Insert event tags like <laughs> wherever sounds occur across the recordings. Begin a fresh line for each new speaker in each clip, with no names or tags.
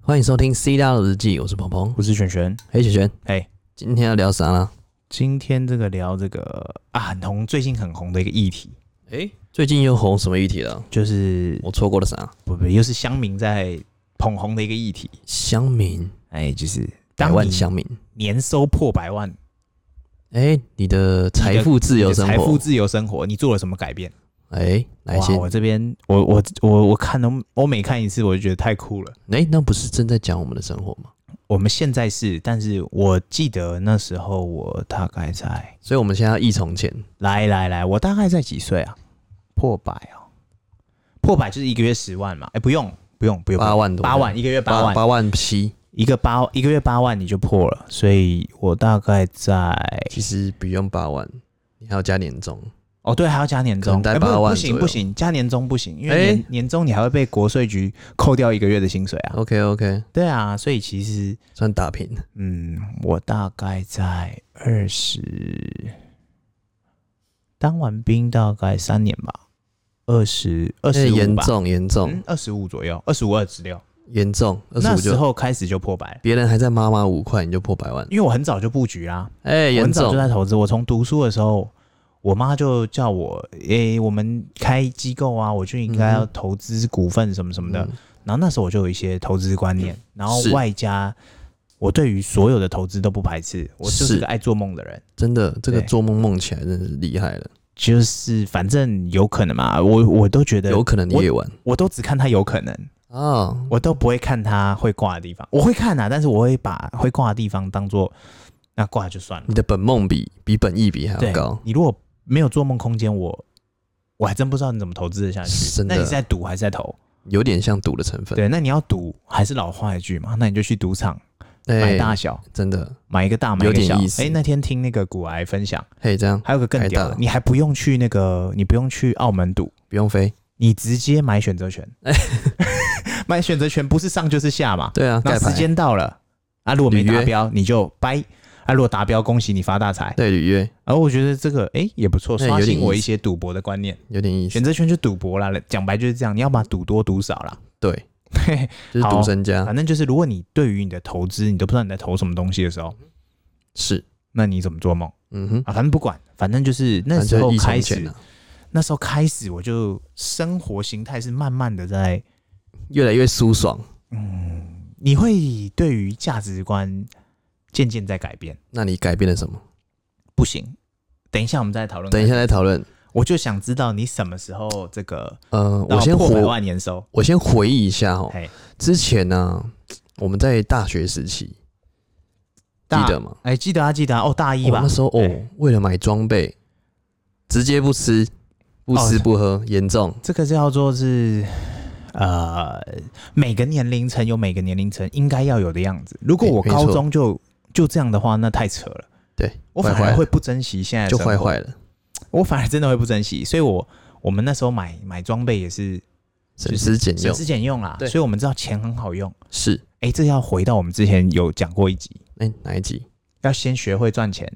欢迎收听《C 大的日记》，我是鹏鹏，
我是璇璇。
黑雪璇，
哎，
今天要聊啥呢？
今天这个聊这个啊，很红，最近很红的一个议题，
哎、最近又红什么议题了？
就是
我错过了啥？
不不，又是乡民在捧红的一个议题。
乡民，
哎，就是
百
当
万
你
乡民。
年收破百万，
哎、你的财富自
自
由生
财富
活，
自由生活，你做了什么改变？
哎、来
哇，
先，
我这边我我我我看都我每看一次，我就觉得太酷了。
哎、那不是正在讲我们的生活吗？
我们现在是，但是我记得那时候我大概在
所以我们现在要忆从前，
来来来，我大概在几岁啊？破百哦，破百就是一个月十万嘛。哎，不用不用不用，不用
八万多，
八万一个月八
八
万，
八万七，
一个八一个月八万你就破了，所以我大概在
其实不用八万，你还要加年终。
哦对，还要加年
可能
终，
在
哎不
8万左
不行
右
不行，加年终不行，因为
哎
年、年终你还会被国税局扣掉一个月的薪水啊。
OK OK，
对啊，所以其实
算打平。
嗯，我大概在二十当完兵大概三年吧，二十二
哎
十五
严
吧，
重严重
嗯，二十五左右，二十五二十六，
严重，二十
那
五
时
就
候开始就破百了，
别人还在妈妈五块，你就破百万。
因为我很早就布局啊啦、
哎、
我
严
很早
重
就，在投资。我从读书的时候，我妈就叫我，诶、我们开机构啊，我就应该要
嗯
投资股份什么什么的。
嗯
然后那时候我就有一些投资观念，然后
是
外加我对于所有的投资都不排斥，我就是
是
个爱做梦的人。
真的，这个
对
做梦梦起来真的是厉害了，
就是反正有可能嘛，我我都觉得
有可能你也玩
我都只看它有可能，
啊。
我都不会看它会挂的地方。我会看啊，但是我会把会挂的地方当做那挂就算了
你。的本梦比比本意比还
对
要高，
你如果没有做梦空间，我我还真不知道你怎么投资得下去。
真
那你是
的
在赌还是在投？
有点像赌的成分。
对，那你要赌还是老话一句嘛？那你就去赌场买
哎，
大小，
真的，
买一个大，买一个
有
小
点意。思
哎，那天听那个古癌分享，
嘿，这样
还有个更屌
买
的
大，
你还不用去那个，你不用去澳门赌，
不用飞。
你直接买选择
<laughs>
权
哎。
买选择权不是上就是下嘛？
对啊，
那
盖牌
时间到了啊，如果没
履约
达标你就掰。啊，如果达标，恭喜你发大财。
对履约
而我觉得这个哎、也不错，
哎
刷
有点
新我
意
一
思
些赌博的观念。
有点意思
选，择权就赌博啦，讲白就是这样，你要么赌多赌少啦。 <laughs>
对，
嘿嘿
就是赌
好
身家
反正就是，如果你对于你的投资，你都不知道你在投什么东西的时候，
是，
那你怎么做梦
嗯哼，
啊？反正不管，反正就是那
反
时
正
候
就是一
开
从
始
前，啊，
那时候开始我就生活形态是慢慢的在，
越来越舒爽。
你会对于价值观渐渐在改变。
那你改变了什么？
不行，等一下我们再讨论。
等一下，再讨论。
我就想知道你什么时候这个
呃，
到
我先
破百
回，
万年收，
我先回忆一下哦。
嘿，
之前呢、我们在大学时期，记
大
得吗？
哎，记得啊，记得啊，哦，大一
我
吧
那，时候哦
哎，
为了买装备，直接不吃，不
哦
吃不喝，严重。
这个叫做是呃，每个年龄层有每个年龄层应该要有的样子。如果
没
我
没错
高中就就这样的话，那太扯了。
对
我
坏
反
坏
而
了
会不珍惜现在的
就
生活
坏，坏了，
我反而真的会不珍惜。所以我我们那时候买买装备也是
省吃俭
省
用
吃俭用啦，
对
所以我们知道钱很好用。
是。
哎，这要回到我们之前有讲过一集，
哎、哪一集？
要先学会赚钱。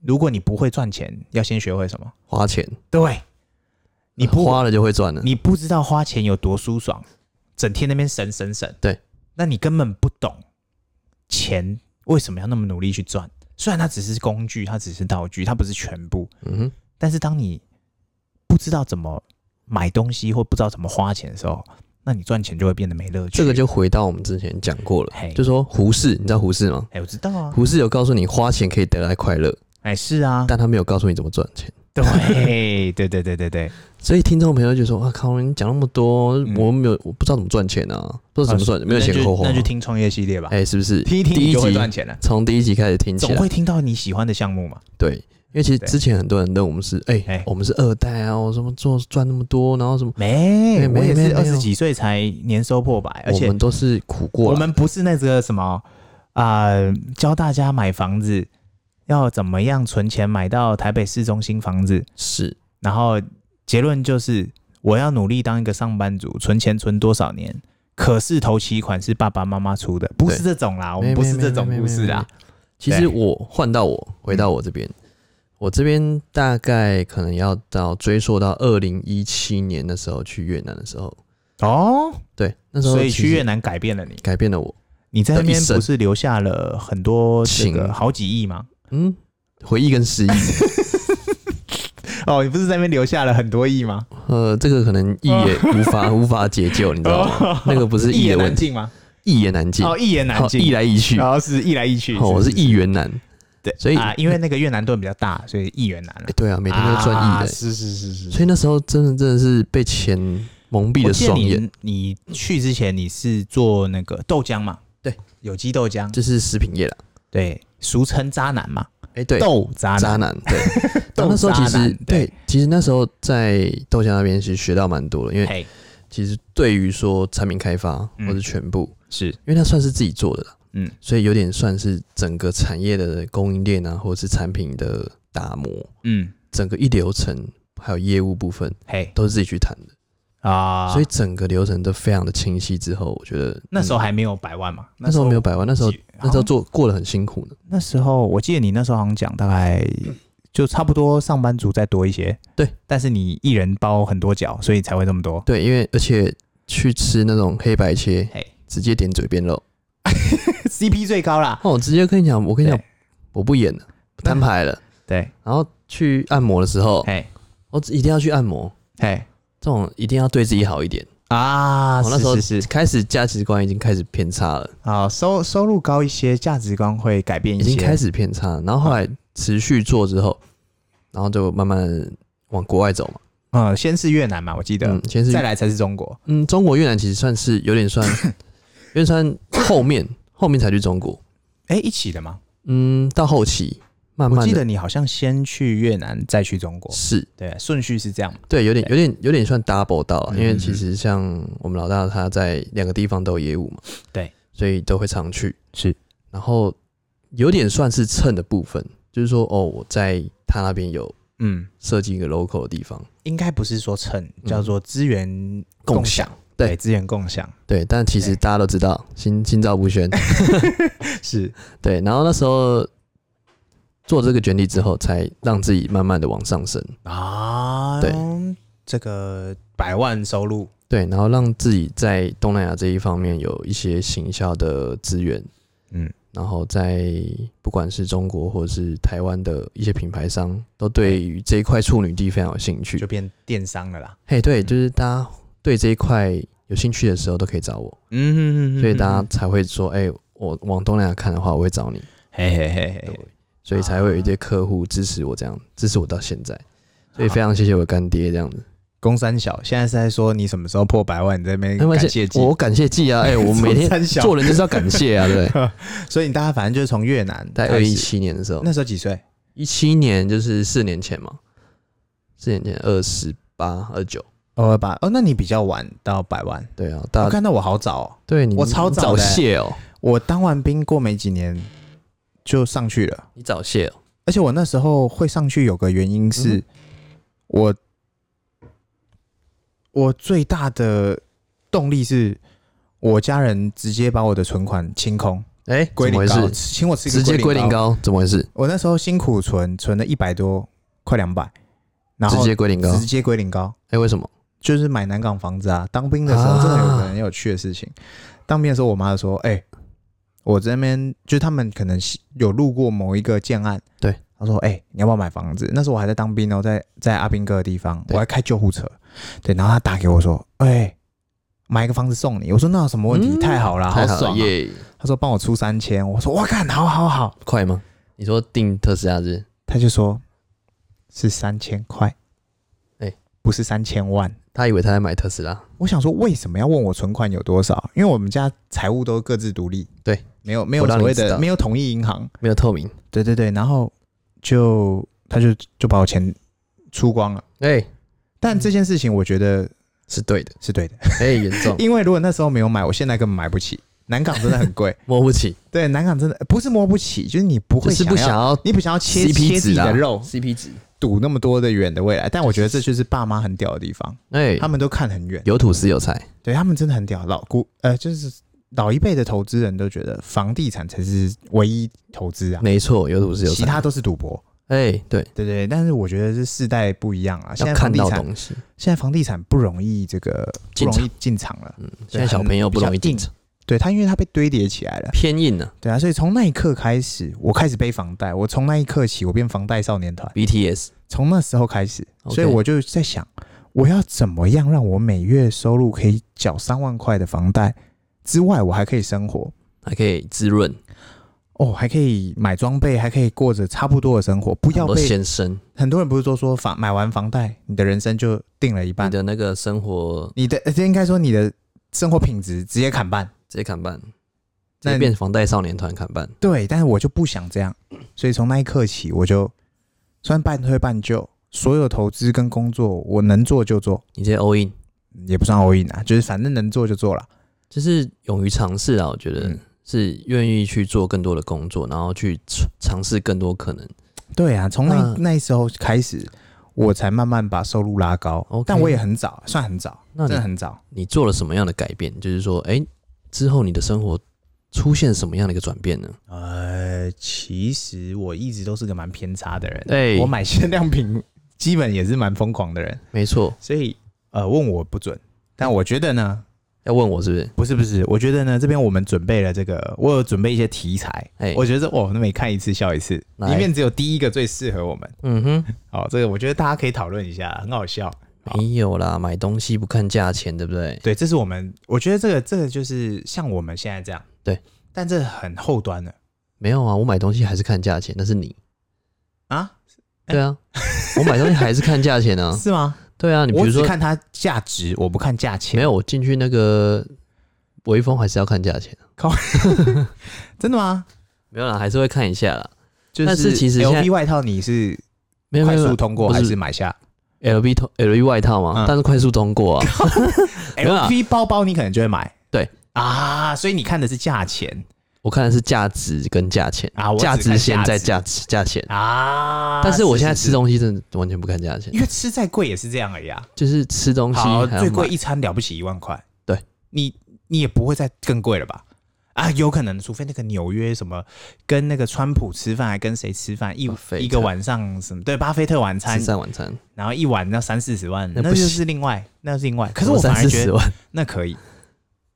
如果你不会赚钱，要先学会什么？
花钱，
对，你不
花了就会赚了。
你不知道花钱有多舒爽，整天那边省省省。
对，
那你根本不懂钱为什么要那么努力去赚。虽然它只是工具，它只是道具，它不是全部。
嗯哼，
但是当你不知道怎么买东西或不知道怎么花钱的时候，那你赚钱就会变得没乐趣。
这个就回到我们之前讲过了，
嘿
就说胡适，你知道胡适吗？
哎，我知道啊，
胡适有告诉你花钱可以得来快乐，
哎是啊，
但他没有告诉你怎么赚钱。
对对对对对对，
所以听众朋友就说：“啊靠，你讲那么多，
嗯
我没有，我不知道怎么赚钱啊，不知道怎么赚，没有钱
那就
可花。
那就听创业系列吧，
哎、是不是？
听一听
第
你
一
就会
集
赚钱了，
从第一集开始听起
总
来，
会听到你喜欢的项目嘛。
对，因为其实
对
之前很多人认我们是，哎、
哎
我们是二代啊，我什么做赚那么多，然后什么，
没，
没
我
没
也是
没有
二十几岁才年收破百，而
我
且
们都是苦过
我
来，
们不是那个什么啊、呃教大家买房子要怎么样存钱买到台北市中心房子，
是
然后结论就是我要努力当一个上班族，存钱存多少年。可是头期款是爸爸妈妈出的，不是这种啦，我们
没
不是
没
这种
没没
故事
没没
啦。
其实
对
我换到我，回到我这边，我这边大概可能要到追溯到二零一七年的时候去越南的时候，
哦，
对，那时候
所以
其
去
实
越南改变了你。
改变了我，
你在那
的
边
一生
不是留下了很多这个
情
好几亿吗？
嗯，回忆跟失忆，
哦，你不是在那边留下了很多亿吗？
<laughs> 呃，这个可能一也无
哦
法无法解救，你知道吗？那个不是
一
一
言
的问
哦难
题，
尽吗？
一言难尽，
哦，一言难
好
尽，
一来一去，
然后是一来一去。
哦，我是
一
一元男，
对，
所以
啊，因为那个越南盾比较大，所以一元难了
哎。对啊，每天都赚
啊
一的，
是是是是。
所以那时候真的真的是被钱蒙蔽
我
了
记得
双眼，
你你去之前你是做那个豆浆嘛？
对，
有机豆浆，
就是食品业了，
对，俗称渣男嘛，
哎，对，
豆渣
渣
男。
男，对，然后
<laughs> 豆
那时候
渣
其实
男对
对，其实那时候在豆浆那边其实学到蛮多的，因为
嘿，
其实对于说产品开发
嗯
或者全部，
是
因为它算是自己做的啦，
嗯，
所以有点算是整个产业的供应链啊，或者是产品的打磨，
嗯，
整个一流程还有业务部分
嘿
都是自己去谈的，
啊，
所以嗯整个流程都非常的清晰。之后我觉得
那时候
嗯
还没有百万嘛，
那时候没有百万，那时候
几
那时候做过得很辛苦呢，
那时候我记得你那时候好像讲
<coughs>
大概就差不多上班族再多一些，
对，
但是你一人包很多饺，所以才会这
<laughs>
么多。
对，因为而且去吃那种黑白切
嘿，
直接点嘴边肉。
CP 最高啦，
哦，我直接跟你讲，我跟你讲
对，
我不演了，不摊牌了。
对，
然后去按摩的时候，
嘿，
我一定要去按摩，
嘿
这种一定要对自己好一点。
啊，
哦我那时候
是是是，
开始价值观已经开始偏差了，
好收收入高一些，价值观会改变一
已
些，
经开始偏差了。然后后来持续做之后，然后就慢慢往国外走嘛。
嗯，先是越南嘛，我记得，
嗯，先
啊再
是
来才是中国，
嗯，中国越南其实算是有点算有点算后面后面才去中国。
哎、一起的吗？
嗯，到后期慢
我
慢
记
的
得你好像先去越南，再去中国，
是
对，顺序是这样嘛？
对，有点有点有点算 double 到啊，
嗯
因为
嗯
其
嗯
实像我们老大他在两个地方都有业务嘛，
对，
所以都会常去。
是，
然后有点算是蹭的部分，就是说哦，我在他那边有
嗯，
设计一个 local 的地方，
应该不是说蹭，
嗯
叫做资源
共
享，
对
对，资源共
<laughs>
享
对，但其实
对
大家都知道心心照不
<laughs>
宣，
是
对。然后那时候做这个卷力之后，才让自己慢慢的往上升，
啊，
对，
这个百万收入，
对，然后让自己在东南亚这一方面有一些行销的资源，
嗯，
然后在不管是中国或者是台湾的一些品牌商，都对于这一块处女地非常有兴趣
就。嗯变电商了啦。
嘿，对，就是大家对这一块有兴趣的时候都可以找我，
嗯哼哼哼
所以大家才会说，哎、我往东南亚看的话，我会找你，
嘿嘿嘿
对
嘿，
所以
啊
才会有一些客户支持我这样，支持我到现在，所以非常谢谢我干爹这样子。
公三小现在是在说你什么时候破百万，你在那边
而
哎感
且
谢祭
我感谢季啊，哎、我
<laughs>
每天
公三小
做人就是要感谢啊，对不对？
所以你大家反正就是从越南
在
开
二
始
一七年的时候，
那时候几岁？
一七年就是四年前嘛，四年前二十八、二九，
二二八哦，那你比较晚到百万。
对啊，
我
大
看到我好早、哦，
对你
我超
你
早
早
的欸
泄哦，
我当完兵过没几年就上去了，
你早泄哦，
而且我那时候会上去有个原因是，
嗯
我我最大的动力是我家人直接把我的存款清空，
哎，
归
怎么
零
回
高，
事？
请我吃
直
个
接归零
零。
高，怎么回事？
我那时候辛苦存，存了一百多，快两百，然
直
后
接归零高，
直接归零高。
哎，为什么？
就是买南港房子啊。当兵的时候，
啊
真的有个很有趣的事情。当兵的时候，我妈就说：“哎、我这边就是他们可能是有路过某一个建案，
对，
她说：哎、你要不要买房子？那时候我还在当兵哦，在在阿兵哥的地方，
对
我还开救护车，对，然后她打给我说：哎、买一个房子送你。我说那有什么问题？
嗯
太好了，好
太好
爽、
了
啊！
耶，
她说帮我出三千，我说哇干，好好好。
快吗？你说订特斯拉是？
她就说是三千块，
哎
不是三千万。
他以为他在买特斯拉，
我想说，为什么要问我存款有多少？因为我们家财务都各自独立，
对，
没有没有
我让
所
你
谓
知
的
道
没有统一银行，
没有透明，
对对对，然后就他就就把我钱出光了。
哎，
但这件事情我觉得
是对的，
是对的，
哎，严重
因为如果那时候没有买，我现在根本买不起。南港真的
<laughs>
很贵，
<laughs> 摸不起，
对，南港真的不是摸不起，就是你不
就
会
是
想
不
要，
想要
你不想要切切
CP
自己
值啊
的肉，
CP 值，
赌那么多的远的未来。但我觉得这就是爸妈很屌的地方，
哎
他，们都看很远。
有土是有财，
对他们真的很屌，老古呃，就是老一辈的投资人都觉得房地产才是唯一投资啊，
没错，有土是有
其
财，
他都是赌博。
哎、对，
对对，但是我觉得是世代不一样啊。现
要
在
看
房地
到
产，
东西。
现在房地产不容易这个不
进
容
场
易进场了。
嗯，现在小朋友不容易进场，
对它，因为它被堆叠起来了。
偏硬呢、
对啊，所以从那一刻开始，我开始背房贷。我从那一刻起，我变房贷少年团。
BTS
从那时候开始，
OK
所以我就在想，我要怎么样让我每月收入可以缴三万块的房贷之外，我还可以生活
还可以滋润，
哦，还可以买装备，还可以过着差不多的生活，不
很
要
多
被
先生，
很多人不是都说房买完房贷，你的人生就定了一
你
半，
的那个生活
你的呃应该说你的生活品质直接砍半。
直接砍半，直
那
接
你
变房贷少年团砍半。
对，但是我就不想这样，所以从那一刻起，我就算半推半就，所有投资跟工作我能做就做，
你直接 all in，
也不算 all in 啊，就是反正能做就做了。
就是勇于尝试啊！我觉得
嗯
是愿意去做更多的工作，然后去尝尝试更多可能。
对啊，从那
那
那时候开始，我才慢慢把收入拉高。
OK 嗯
但我也很早，算很早，
那
真的
你
很早。
你做了什么样的改变？就是说，哎、之后你的生活出现什么样的一个转变呢？
呃，其实我一直都是个蛮偏差的人，
哎
我买限量品基本也是蛮疯狂的人，
没错，
所以呃，问我不准。但我觉得呢，
要问我是不是？
不是不是，我觉得呢，这边我们准备了这个，我有准备一些题材，
哎、
我觉得哦我每看一次笑一次，
来
里面只有第一个最适合我们。
嗯哼，
好，这个我觉得大家可以讨论一下，很好笑。好
没有啦，买东西不看价钱，对不对？
对，这是我们，我觉得这个这个就是像我们现在这样，
对，
但这很后端的
没有啊，我买东西还是看价钱，那是你。
啊，
<laughs>
哎
对啊，我买东西还是看价钱
<laughs>
啊。
是吗？
对啊，你比
我
如
只
说
看它价值，我不看价
没
钱，
有，我进去那个微风还是要看价钱，
真的吗？
没有啦，还是会看一下啦。
就
但是其实现在
L P 外套你是
没有没
快
有没
速
有
通过
不
还
是
是买下
，L B 通 L B 外套嘛，
嗯
但是快速通过啊。 <laughs> 没有啊
？L P 包包你可能就会买，
对
啊，所以你看的是价钱
我看的是价值跟价钱
啊我只
价值
看
先
价
在
值
价值价钱。
啊，
但是我现在吃
是，
东西真的完全不看价钱
因，为吃再贵也是这样而已啊。
就是吃东西
好，
还要
最贵
买。
一餐了不起一万块，
对
你你也不会再更贵了吧？啊，有可能，除非那个纽约什么跟那个川普吃饭，还跟谁吃饭一
巴菲特
一个晚上什么？对，巴菲特晚餐
吃，上晚餐，
然后一晚要三四十万，
那
那
不
就
行
是另外，那是另外。可是我
三
反而
四
觉
十
得
万，
那可以，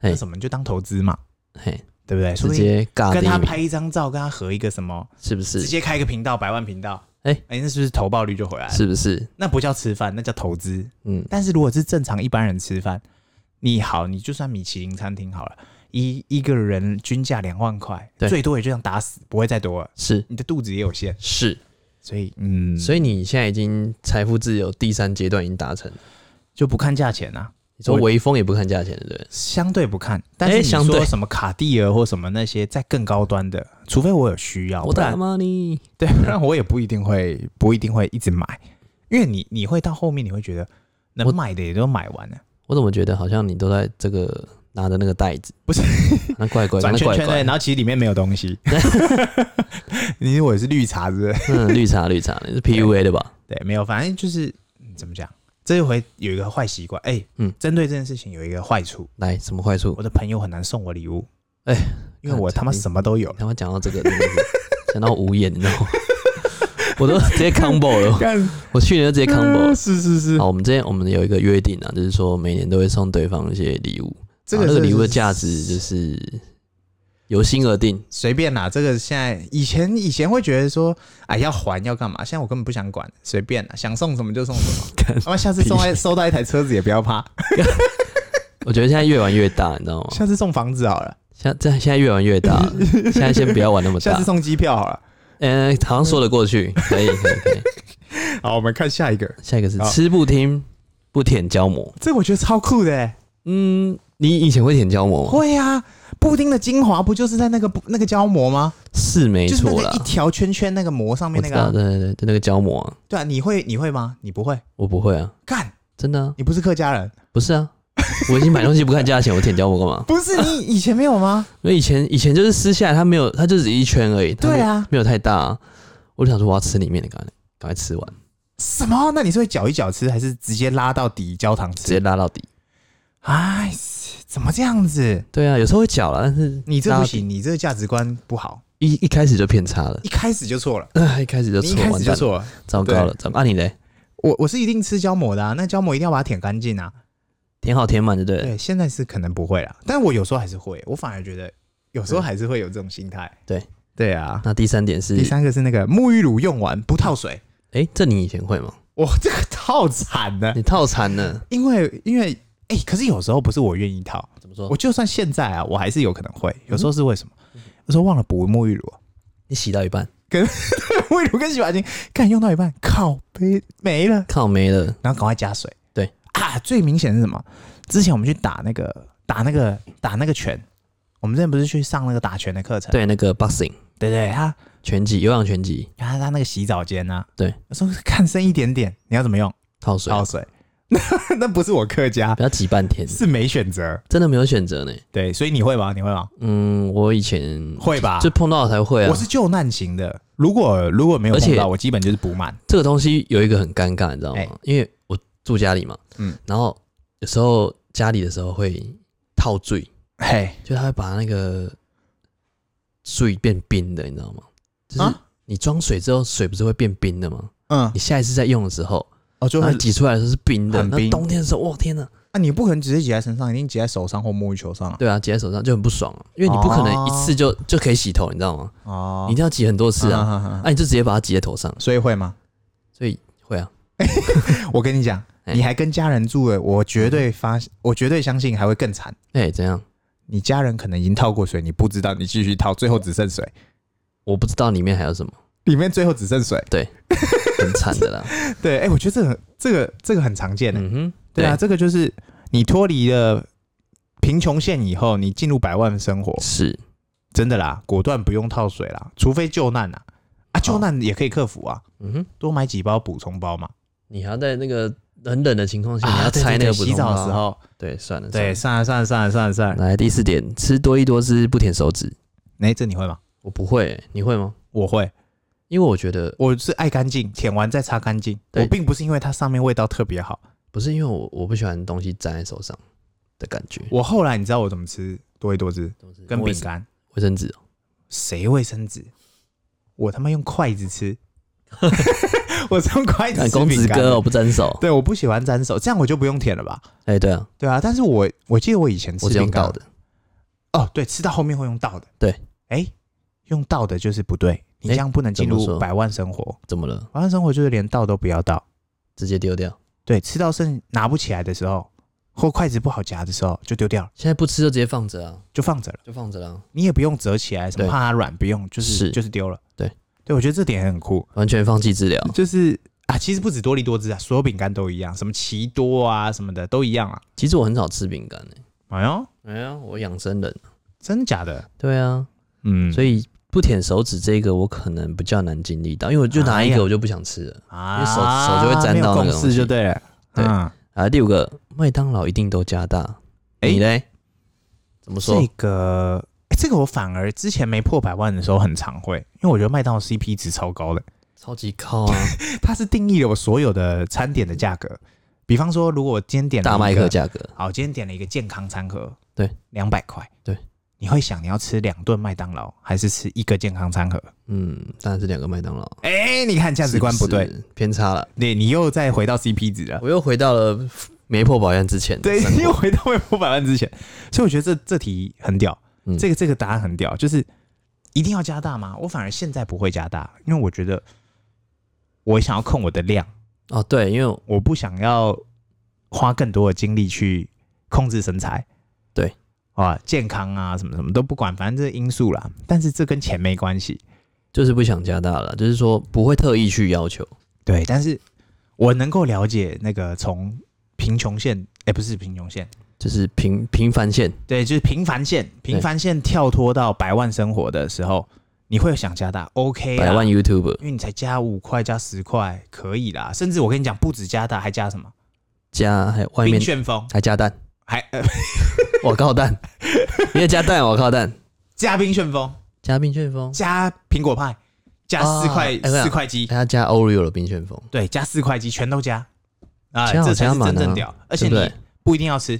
嘿
那什么你就当投资嘛，
嘿，
对不对？
直
说不定
接尬
跟
第
他
一
拍
名，
一张照，跟他合一个什么，
是不
直
是？
接开一个频道，百万频道，
哎
哎，那是不是投报率就回来了？
是不是？
那不叫吃饭，那叫投资。
嗯，
但是如果是正常一般人吃饭，你好，你就算米其林餐厅好了，一一个人均价两万块，
对
最多也就这样打死，不会再多了。
是
你的肚子也有限，
是。
所以嗯，
所以你现在已经财富自由第三阶段已经达成了，
就不看价钱啊，
你说
我
微风也不看价钱，对不对？
相对不看。但是
哎
你
相
说
对
什么卡地尔或什么那些在更高端的，除非我有需要，
我
不
打
然
money，
对，不然我也不一定会不一定会一直买，因为你你会到后面你会觉得
我
能买的也都买完了，
我怎么觉得好像你都在这个拿着那个袋子，
不是
那怪怪，
转
那
圈
怪
圈的，
怪
然，后其实里面没有
<laughs>
东西。你以为我是绿茶是不是？
嗯，绿茶绿茶，你是 PUA 的吧？
对，没有，反正就是、嗯怎么讲，这一回有一个坏习惯，哎、
嗯
嗯，针对这件事情有一个坏处，
来，什么坏处？
我的朋友很难送我礼物，
哎
因为我他妈什么都有
你，他妈讲到这个，真的是讲到无言，你知道
<laughs>
吗？我都直接 combo 了，
干，
我去年就直接 combo 了。
是是是
好，，我们之前我们有一个约定啊，就是说每年都会送对方一些礼物，
这
然
个
啊后那个礼物的
是
价值就是由心而定，
随便啦，这个现在以前以前会觉得说，哎，要还要干嘛？现在我根本不想管，随便啦，想送什么就送 <laughs> 什么，他妈下次送来收到一台车子也不要怕，
<laughs> 我觉得现在越玩越大，你知道吗？
下次送房子好了，
现在现在越玩越大
<laughs>
了，现在先不要玩那么
下
大
次。送机票好了。
嗯、好像说得过
<laughs>
去，可以可以可以。
好，我们看下一个，
下一个是
好
吃不听不舔胶膜。
这个我觉得超酷的、欸。
嗯，你以前会舔胶膜吗？
会啊，布丁的精华不就是在那个那个胶膜吗？
是没
就是那
错
个
啦
一，条圈圈那个膜上
我
面那
知
个啊、
道，对对对，就那个胶膜、啊，
对啊，你会你会吗？你不会，
我不会啊，
干，
真的、啊、
你不是客家人，
不是啊。我已经买东西不看价钱，我舔胶膜干嘛？
不是 <laughs> 你以前没有吗？
因为以前以前就是撕下来，它没有，它就只一圈而已，它没
对
有，
啊，
没有太大、啊。我就想说我要吃里面的，赶快赶快吃完，
什么？那你是会搅一搅吃，还是直接拉到底焦糖
直接
吃？
拉到底。
哎，怎么这样子？
对啊，有时候会搅了，但是
你这
拉
不
到底
行，你这个价值观不好。
一一开始就偏差了，
一开始就错了，
啊， <laughs> 一开始就
你一
错，
开始
完
就
蛋了，
错了。
糟糕了，糟糕。啊，你嘞，
我我是一定吃胶膜的啊，那胶膜一定要把它舔干净啊。
填好填满就对了。
对，现在是可能不会啦，但我有时候还是会，我反而觉得有时候还是会有这种心态。
对
对啊，
那第三点是
第，三个是那个沐浴乳用完不套水，
哎，这你以前会吗？
哇，这个套惨了，
你套餐呢？
因为因为哎、可是有时候不是我愿意套，
怎么说
我？就算现在啊，我还是有可能会，有
嗯
时候是为什么？有时候忘了补沐浴乳啊，
你洗到一半，
<laughs> 沐浴乳跟洗发精干用到一半，靠杯没了，
靠没了，
然后赶快加水。
对
啊，最明显是什么？之前我们去打那个打那个打那个拳，我们之前不是去上那个打拳的课程？
对，那个 boxing
对对，他
拳击，有氧拳击，
他他那个洗澡间啊，
对，啊
我说看深一点点，你要怎么用？
套水，
泡水， <laughs> 那那不是我客家，
不要挤半天，
是没选择。
真的没有选择呢。
对，所以你会吗？你会吗？
嗯，我以前
会吧？
就碰到了才会啊
我。是救难型的，如果如果没有
而且
碰到，我基本就是补满。
这个东西有一个很尴尬，你知道吗？
哎
因为我住家里嘛，
嗯
然后有时候家里的时候会套醉，
嘿，
就他会把那个水变冰的，你知道吗？就是
啊
你装水之后，水不是会变冰的吗？
嗯
你，下一次再用的时候，
哦，就
然后
很
你挤出来的时候是冰的，
很
那
冰
冬天的时候，哇天呐，
啊，你不可能直接挤在身上，一定挤在手上或沐浴球上啊。
对啊，挤在手上就很不爽啊，因为你不可能一次就、就可以洗头，你知道吗？
哦，
你一定要挤很多次啊，
嗯嗯嗯
那、你就直接把它挤在头上，
所以会吗？
所以会啊，
我跟你讲，
哎
你还跟家人住了，欸我绝对发，我绝对相信还会更惨。
哎、怎样？
你家人可能已经套过水，你不知道，你继续套，最后只剩水，
我不知道里面还有什么，
里面最后只剩水。
很惨的啦。
对，哎、我觉得这个很这个这个很常见的、
嗯哼，
<laughs> 对啊，这个就是你脱离了贫穷线以后，你进入百万生活，
是
真的啦，果断不用套水啦，除非救难啊，
哦
啊，救难也可以克服啊，
嗯哼，
多买几包补充包嘛。
你还要在那个很冷的情况下，
啊
你要
对
拆那
对
个
对
补
洗
充
澡
包
的时，候，
对，算了，
对，
算
算了算了算了算了算了，
了。来第四点，吃多益多汁不舔手指，
哎、这你会吗？
我不会、你会吗？
我会，
因为我觉得
我是爱干净，舔完再擦干净。
对
我并不是因为它上面味道特别好。
不是因为我我不喜欢东西粘在手上的感觉，
我后来你知道我怎么吃多一多汁跟饼干？
卫生纸
<laughs>
哦、
谁卫生纸？我他妈用筷
<laughs>
子吃， <laughs> 我是用筷子
干
吃
公
饼
子
干
哥
的。
我不沾
<laughs>
手，
对，我不喜欢沾手，这样我就不用舔了吧？
哎、对啊，
对啊，但是我我记得我以前吃
我是
饼
用
干
倒的，
哦，对，吃到后面会用倒的。
对，
哎，用倒的就是不对，你
哎
这样不能进
怎么
入
说
百万生活。
怎么了？
百万生活就是连倒都不要倒。
直接丢掉？
对，吃到剩拿不起来的时候，或筷子不好夹的时候，就丢掉了，
现在不吃就直接放着啊，
就放着了。
就放着啊啦，
你也不用折起来，什么
对
怕它软，不用，就是
是
就是丢了。
对，哦
对我觉得这点很酷，
完全放弃治疗。
就是啊，其实不止多利多汁啊，所有饼干都一样，什么奇多啊什么的都一样啊。
其实我很少吃饼干诶，
哎呦，
哎呀，我养生人。
啊真假的？
对啊，
嗯，
所
以
以不舔手指这个我可能比较难经历到，因为我就拿一
哎呀
个我就不想吃了。
啊
因为手手就会沾
没有
到那个
共
东
识
西
就对了。
对
嗯
啊，第五个，麦当劳一定都加大，
哎
你嘞？怎么说
这？个、欸这个我反而之前没破百万的时候很常会，因为我觉得麦当劳 CP 值超高的，
超级高 <laughs> 啊，
它是定义了我所有的餐点的价格。比方说，如果我今天点了
大麦
一个
克，价格，
好，今天点了一个健康餐盒，
对，
两百块，
对，
你会想你要吃两顿麦当劳，还是吃一个健康餐盒？
嗯，当然是两个麦当劳，
哎、你看价值观不对，
是是偏差了。
对你又再回到 CP 值了，
我又回到了没破保养之前的
对，
生活
你又回到未破百万之前，所以我觉得这这题很屌，
嗯
这个这个答案很屌，就是一定要加大吗？我反而现在不会加大，因为我觉得我想要控我的量，
哦，对，因为
我不想要花更多的精力去控制身材，
对，
啊，健康啊什么什么都不管，反正这是因素啦，但是这跟钱没关系，
就是不想加大了，就是说不会特意去要求。
对，但是我能够了解那个从贫穷线，哎、不是贫穷线。
就是平平凡线，
对，就是平凡线，平凡线跳脱到百万生活的时候，你会想加大，OK 啦
百万 YouTuber
因为你才加五块加十块，可以啦。甚至我跟你讲，不止加大，还加什么？
加还有外
冰
面
旋风，
还加蛋，
还、呃、
我靠
<laughs>
蛋，你也加蛋，我靠蛋，
加冰旋风，
加冰旋风，
加苹果派，加
哦
四块
哎我想
四块鸡，
还要加 Oreo 的冰旋风，
对，加四块鸡，全都加啊、
加好
这才
加
是
满啊
真正屌。而且
对不
你
对
不一定要吃，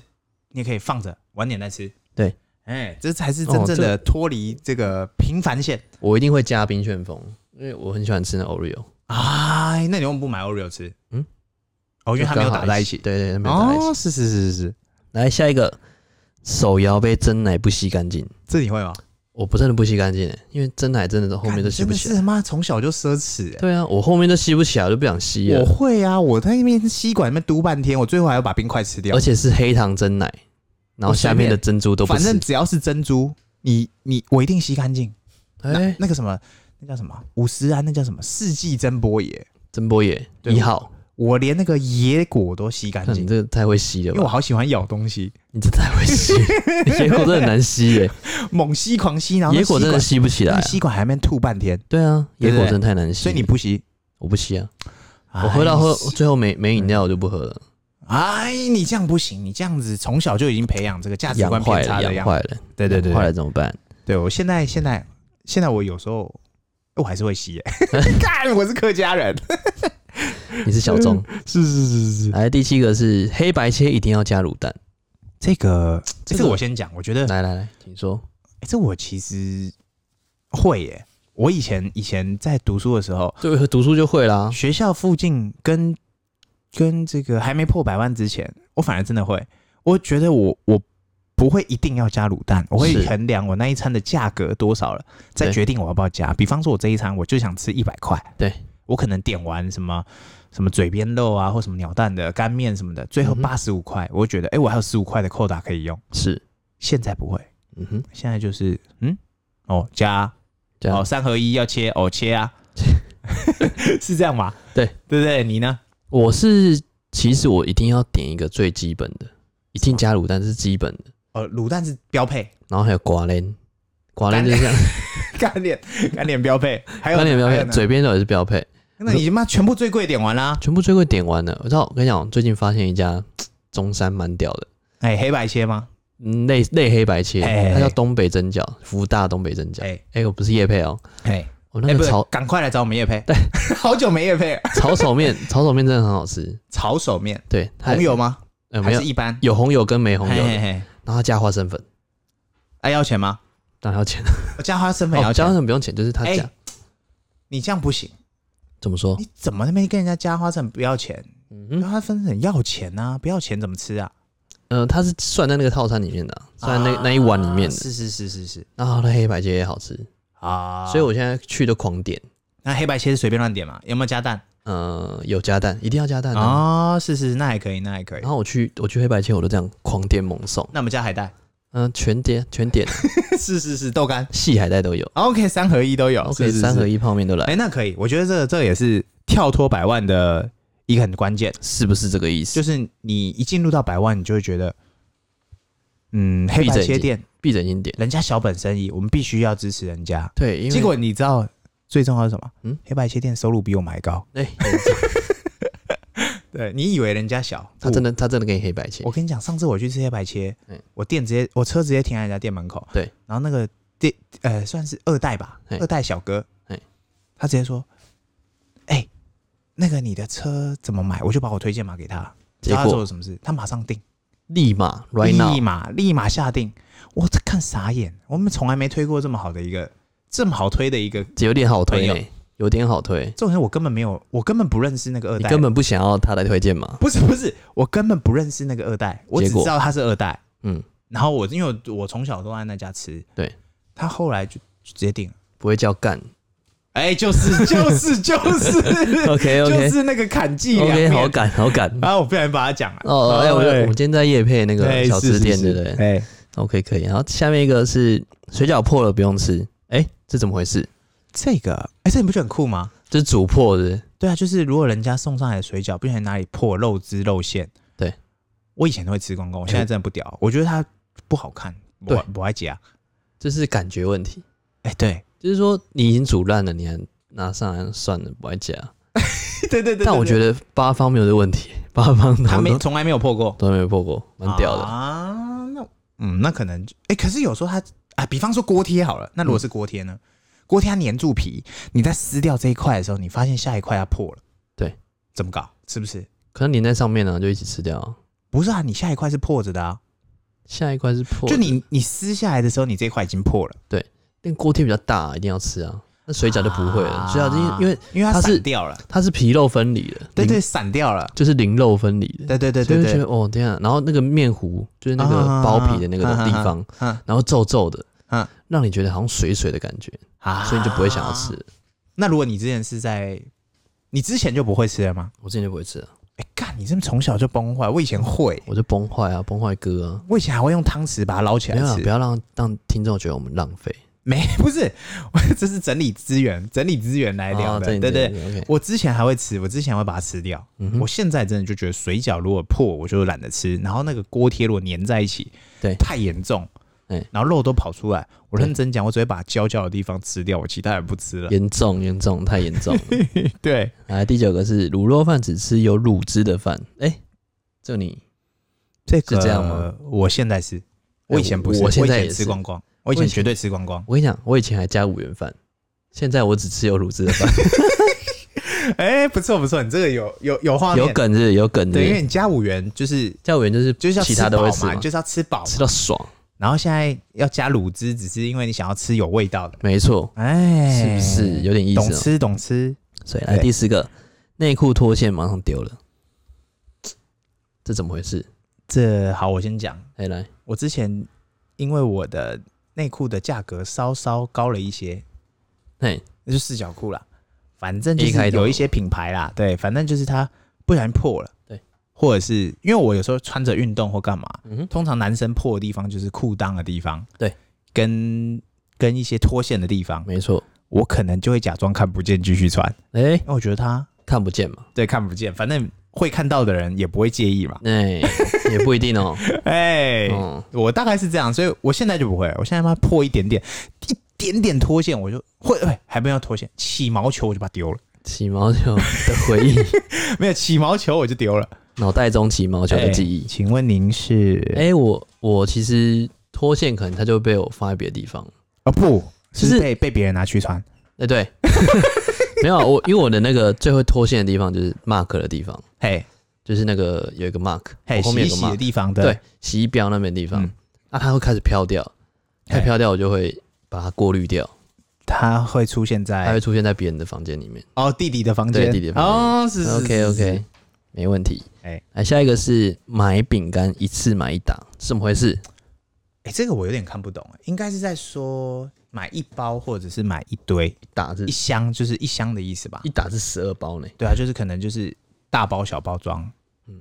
你也可以放着，晚点再吃。
对，
哎，这才是真
哦
正
这
的脱离这个平凡线。
我一定会加冰旋风，因为我很喜欢吃那 Oreo，
哎，那你为什么不买 Oreo 吃？
嗯
嗯，哦，因为它没有
就刚好
打在一起。
对对，对没有打在一起。
哦，是是是是是，
来下一个，手摇杯真奶不吸干净，
这你会吗？我
我不真的不吸干净欸，因为真奶真的后面都吸不起
真
来。
的是妈从小就奢侈欸。
对啊，我后面都吸不起来，我就不想吸
我
了。
会啊，我在那边吸管里面嘟半天，我最后还要把冰块吃掉
而。且是黑糖真奶，然后
我随
下面的
便
珍珠都不
反
是。
正只要是珍珠，你你我一定吸干净。那
哎，
那个什么，那叫什么五十啊？那叫什么世纪珍波爷？
珍波野
对
一号，
我连那个野果都吸干
看
净
你，这个太会吸
因
了
为我
吧？
好喜欢咬东西，
你这太会
<laughs>
吸，野果真的很难吸耶，
猛吸狂吸，然后那
野果真的
吸
吸不起
管
来
那
啊
个。吸管还没吐半天，
对啊，
对
野
不对
果真的太难吸。
所以你不吸。
我不吸啊，我喝到
哎
喝最后没没饮料我就不喝了，
哎，你这样不行，你这样子从小就已经培养这个价值
养
观
坏
偏差
了，
的
养
样
坏
子。
了，
对对对
养坏
对，
了怎么办？
对我现在现在现在我有时候哎我还是
<laughs>
会吸耶，看我是客家人，
你是小众。
是是是是，
来，第七个是黑白切一定要加卤蛋。
这个这
这
个
个
我先讲，我觉得、
来来来，请说。
哎这我其实会耶，我以前以前在读书的时候，
对，读书就会啦。
学校附近跟跟这个还没破百万之前，我反而真的会，我觉得我我不会一定要加卤蛋，我会
是
衡量我那一餐的价格多少了，再
对
决定我要不要加。比方说，我这一餐我就想吃一百块，
对
我可能点完什么什么嘴边肉啊，或什么鸟蛋的干面什么的，最后
嗯哼
八十五块，我会觉得哎、诶我还有十五块的扣打可以用。
是，
现在不会，
嗯哼，
现在就是嗯哦加啊
这样
哦，三合一要切哦，切啊，是这样吗？
对
对不对？你呢？
我是其实我一定要点一个最基本的，一定加卤蛋是基本的，
呃，卤蛋是标配，
然后还有瓜莲，瓜莲就是这样，
干脸干脸标配，还有
瓜
呢
莲标
还有
配，
呢
嘴边肉也是标配，
那你他妈全部最贵点完啦！
全部最贵点完了。我知道，我跟你讲，最近发现一家中山蛮屌的，
哎，黑白切吗？
嗯类类黑白切，
嘿嘿嘿
它叫东北蒸饺，福大东北蒸饺。
哎
哎，我不是叶配哦，
哎
我那
哎，不
个
是
炒，
赶快来找我们叶配，对，好久没叶
<laughs>
配了。
炒手面，炒手面真的很好吃。
炒手面
对，它
红油吗？
呃
还
没有
是一般？
有红油跟没红油的，
嘿嘿嘿
然后它加花生粉，
哎，要钱吗？
当然要钱。
我加花生粉
哦，
要
加花生
钱？
粉不用钱，就是它
哎
加
你这样不行，
怎么说？
你怎么那边跟人家加花生粉不要钱？
嗯哼
加花生粉要钱啊，不要钱怎么吃啊？
嗯，它是算在那个套餐里面的啊、算在那、那一碗里面的。
啊是是是是是
然后它黑白切也好吃，
啊。
所以我现在去都狂点。
那黑白切是随便乱点嘛？有没有加蛋？
呃，有加蛋，一定要加蛋啊。
哦，是是，那还可以，那还可以
然。后我去我去黑白切，我都这样狂点猛送。
那我们加海带， <laughs>
嗯、全点全点，
是是是，豆干
细海带都
<laughs>
有。
，OK，三合一都有
OK，三合
一，
一泡面都来，
哎，那可以，我觉得这个这个也是跳脱百万的一个很关键，
是不是这个意思？
就
就是
你一进入到百万，你就会觉得，嗯，黑白切店
闭着眼睛点。
人家小本生意，我们必须要支持人家。
对，因为
结果你知道最重要是什么？
嗯
嗯，黑白切店收入比我们还高。
哎、
对你以为人家小，
他真
的。
的他真的给你黑白切
我，跟你讲，上次我去吃黑白切，
嗯
我店直接我车直接停在人家店门口，
对，
然后那个店呃算是二代吧，
嘿
二代小哥
嘿，
他直接说，哎、那个你的车怎么买？我就把我推荐码给他，你
结
知道他做
果
了什么事？他马上订，
立马 right now
立马立马下定，我这看傻眼，我们从来没推过这么好的一个这么好推的一个，
有点好推、
朋友
欸，有点好推。
重点是我根本没有，我根本不认识那个二
你
代，啊
根本不想要他来推荐嘛？
不是不是，我根本不认识那个二代，我只
结果
知道他是二代。
嗯，
然后我因为我我从小都在那家吃，
对，
他后来就就直接定了。
不会叫干。
哎、 <laughs> 就是就是就是
OK <laughs>
<laughs> 就
OK
是那个砍记两
OK，
面
好感好感。
然后我不小心把它讲了。
哦，哎、
哎，
我们我们今天在夜配那个
对
小吃店，
哎是
对
是
不对
是哎，
？OK，可以。然后下面一个是水饺破了不用吃，哎、这怎么回事？
这个哎、这你不觉得很酷吗？
这是煮破的，
对啊，就是如果人家送上来的水饺不小心哪里破肉汁肉馅，
对，
我以前都会吃光光，我现在真的不屌，我觉得它不好看，
对
我不爱夹。
这是感觉问题。
哎、
<laughs>
对
就是说你已经煮烂了，你还拿上来算了，不爱加。
对对对对，
但我觉得八方没有这问题，八方
它
他
没
们
从来没有破过，
都都没有破过，蛮屌的。
啊。那嗯，那可能哎、诶可是有时候它啊，比方说锅贴好了，那如
嗯
果是锅贴呢？锅贴它粘住皮，你在撕掉这一块的时候，你发现下一块它破了，
对，
怎么搞？是不是？
可能粘在上面呢、就一起吃掉啊、
不是啊，你下一块是破着的啊，
下一块是破的，
就你你撕下来的时候，你这一块已经破了，
那锅贴比较大，一定要吃啊。那水饺就不会了，
啊
水饺因因为
因为它
它是
散掉了，
它是皮肉分离的，
对
零
对，散掉了，
就是零肉分离的，
对对对
所以
对
就觉
对
得，哦天啊！然后那个面糊就是那个
啊
包皮的那个地方，
嗯
然后皱皱的
嗯，
让你觉得好像水水的感觉，
啊
所以你就不会想要吃。。
那如果你之前是在，你之前就不会吃了吗？
我之前就不会吃了，
哎、干，你这么从小就崩坏，我以前会，
我就崩坏啊，崩坏哥啊！
我以前还会用汤匙把它捞起
不
来
要啊
吃
不。要让让听众觉得我们浪费
没， <laughs> 不是，我这是整理资源，整理资源来聊
啊
的，
对
对对
对，OK，
我之前还会吃，我之前会把它吃掉。
嗯哼
我现在真的就觉得水饺如果破，我就懒得吃。然后那个锅贴如果粘在一起，
对
太严重，
哎
然后肉都跑出来。我
对
认真讲，我只会把焦焦的地方吃掉，我其他也不吃了。
严重严重太严重了。
对，
来第九个是卤肉饭只吃有卤汁的饭，哎，这你
这
<laughs>
个
是这样吗？哎
我现在是，我以前不是，
我
我
我现在
以
也
前
是
吃光光，我以
我以
前
前
绝对吃光 <laughs> 光。
我跟你讲，我以前还加五元饭，现在我只吃有卤汁的饭，
哎，不错不错，你这个有有 <laughs> 有画面，
有梗是有梗的
对，，因为你加五元就是
加五元就是
就是要
其他都会吃
饱嘛，
嘛
你就是要吃饱嘛。
吃到爽，
然后现在要加卤汁，只是因为你想要吃有味道的，
没错。是
哎，
不是有点意
懂
思、哦？
吃懂吃？
所以来
对
第十个，内裤脱线马上丢了，这怎么回事？
这好，我先讲，
哎、来，
我之前因为我的内裤的价格稍稍高了一些，
嘿，
那就四角裤啦，反正就
A 开
是
头
有一些品牌啦，对，反正就是它不小心破了，
对，
或者是因为我有时候穿着运动或干嘛，
嗯哼，
通常男生破的地方就是裤裆的地方，
对，
跟跟一些脱线的地方，
没错，
我可能就会假装看不见继续穿，
哎、
因为我觉得它
看不见嘛，
对看不见，反正会看到的人也不会介
<laughs>
意嘛，
哎、也不一定
<laughs>
哦，
哎、
嗯，
我大概是这样，所以我现在就不会了，我现在妈破一点点，一点点脱线，我就会，哎，还没有脱线，起毛球我就把它丢了， <laughs>
起毛球的回忆，
没有起毛球我就丢了。
脑袋中起毛
哎
球的记忆。
请问您是？
哎、我我其实脱线可能它就被我放在别的地方，
哦不，
就是
是被被别人拿去穿
哎、对， <laughs> 没有我，因为我的那个最会脱线的地方就是 mark 的地方，
嘿，
就是那个有一个 mark，
嘿，
我后
洗
面
一
有个
洗
mark，
的地方的，
对，洗衣标那边地方，那、
嗯
它会开始飘掉，它
嘿
飘掉我就会把它过滤掉，
它会出现
它
在
会出现在别人的房间里面。
哦弟弟的房间，
呃对弟弟的房间
哦，是是是
OK
是
OK，没问题。
哎
来下一个是买饼干一次买一打，是怎么回事？
哎，这个我有点看不懂，应该是在说买一包或者是买一堆
一打是
一箱，就是一箱的意思吧？
一打是十二包呢，
对啊，就是可能就是大包小包装，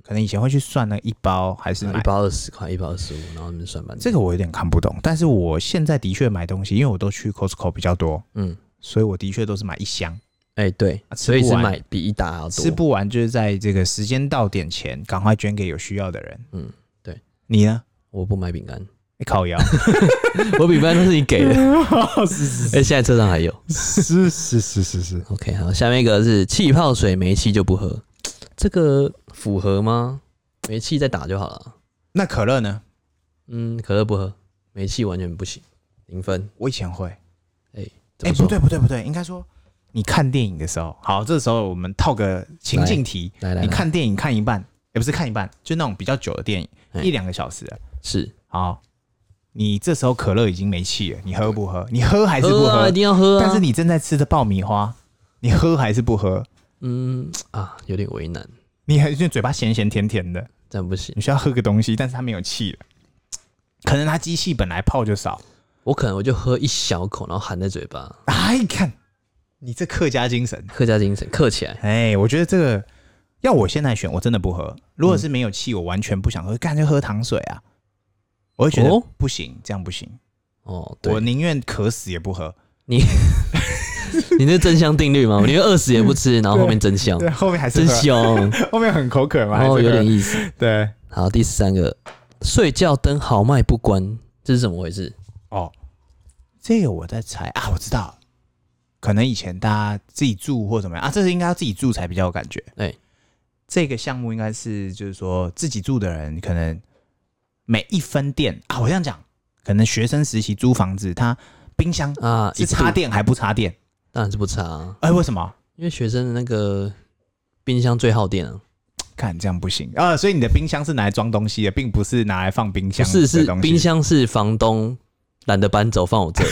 可能以前会去算那一包还是
然后
买
嗯一。包二十块，一包二十五，然后你们算半天。
这个我有点看不懂，但是我现在的确买东西，因为我都去 Costco 比较多，
嗯，
所以我的确都是买一箱，
哎、对，
啊吃
所以
不
是
完
买比一打还要多
吃。不完就是在这个时间到点前赶快捐给有需要的人。
嗯，对。
你呢？哎
我不买饼
<laughs>
干，
你烤
<laughs>
窑？
我饼干都是你给的，
<laughs> 是
哎、现在车上还有。
是是是是是，
OK，好，下面一个是气泡水没气就不喝，这个符合吗？没气再打就好了。
那可乐呢？
嗯，可乐不喝，没气完全不行，零分。
我以前会，
怎么
哎、不
说？
对不对不对，应该说你看电影的时候，好，这时候我们套个情境题，
来来来，
你看电影看一半，也不是看一半，就那种比较久的电影，
嗯
一两个小时的。
是
好，你这时候可乐已经没气了，你喝不喝？你喝还是不喝？
啊，一定要喝啊。
但是你正在吃的爆米花，你喝还是不喝？
嗯啊，有点为难，
你还是嘴巴咸咸甜甜的，
这样不行。
你需要喝个东西，但是它没有气了。可能它机器本来泡就少，
我可能我就喝一小口，然后含在嘴巴，
哎，看你这客家精神，
客家精神，客起来。
哎，我觉得这个要我现在选，我真的不喝。
嗯
如果是没有气，我完全不想喝，干脆喝糖水啊！我会觉
哦
得不行，这样不行，
哦，对
我，宁愿渴死也不喝。
你那真香定律
<laughs>
吗？我宁愿饿死也不吃，然后后面真香，
对，后面还
嗯
是
真
喝，
香，
后面很口渴嘛，
然
还是
后
喝
哦有点意思。
对
好，第三个，睡觉灯豪迈不关，这是怎么回事？
哦。这个我在猜啊，我知道了，可能以前大家自己住或怎么样啊，这是应该要自己住才比较有感觉。
哎
这个项目应该是就是说自己住的人可能每一分店啊，我这样讲，可能学生实习租房子，他冰箱
啊，
是
一度
插电还不插电？
当然是不差、啊，
哎、为什么？
因为学生的那个冰箱最耗电啊。
看这样不行啊、所以你的冰箱是拿来装东西的，并不是拿来放冰
不
箱
是
的
是
东西。
冰，箱是房东懒得搬走放我这，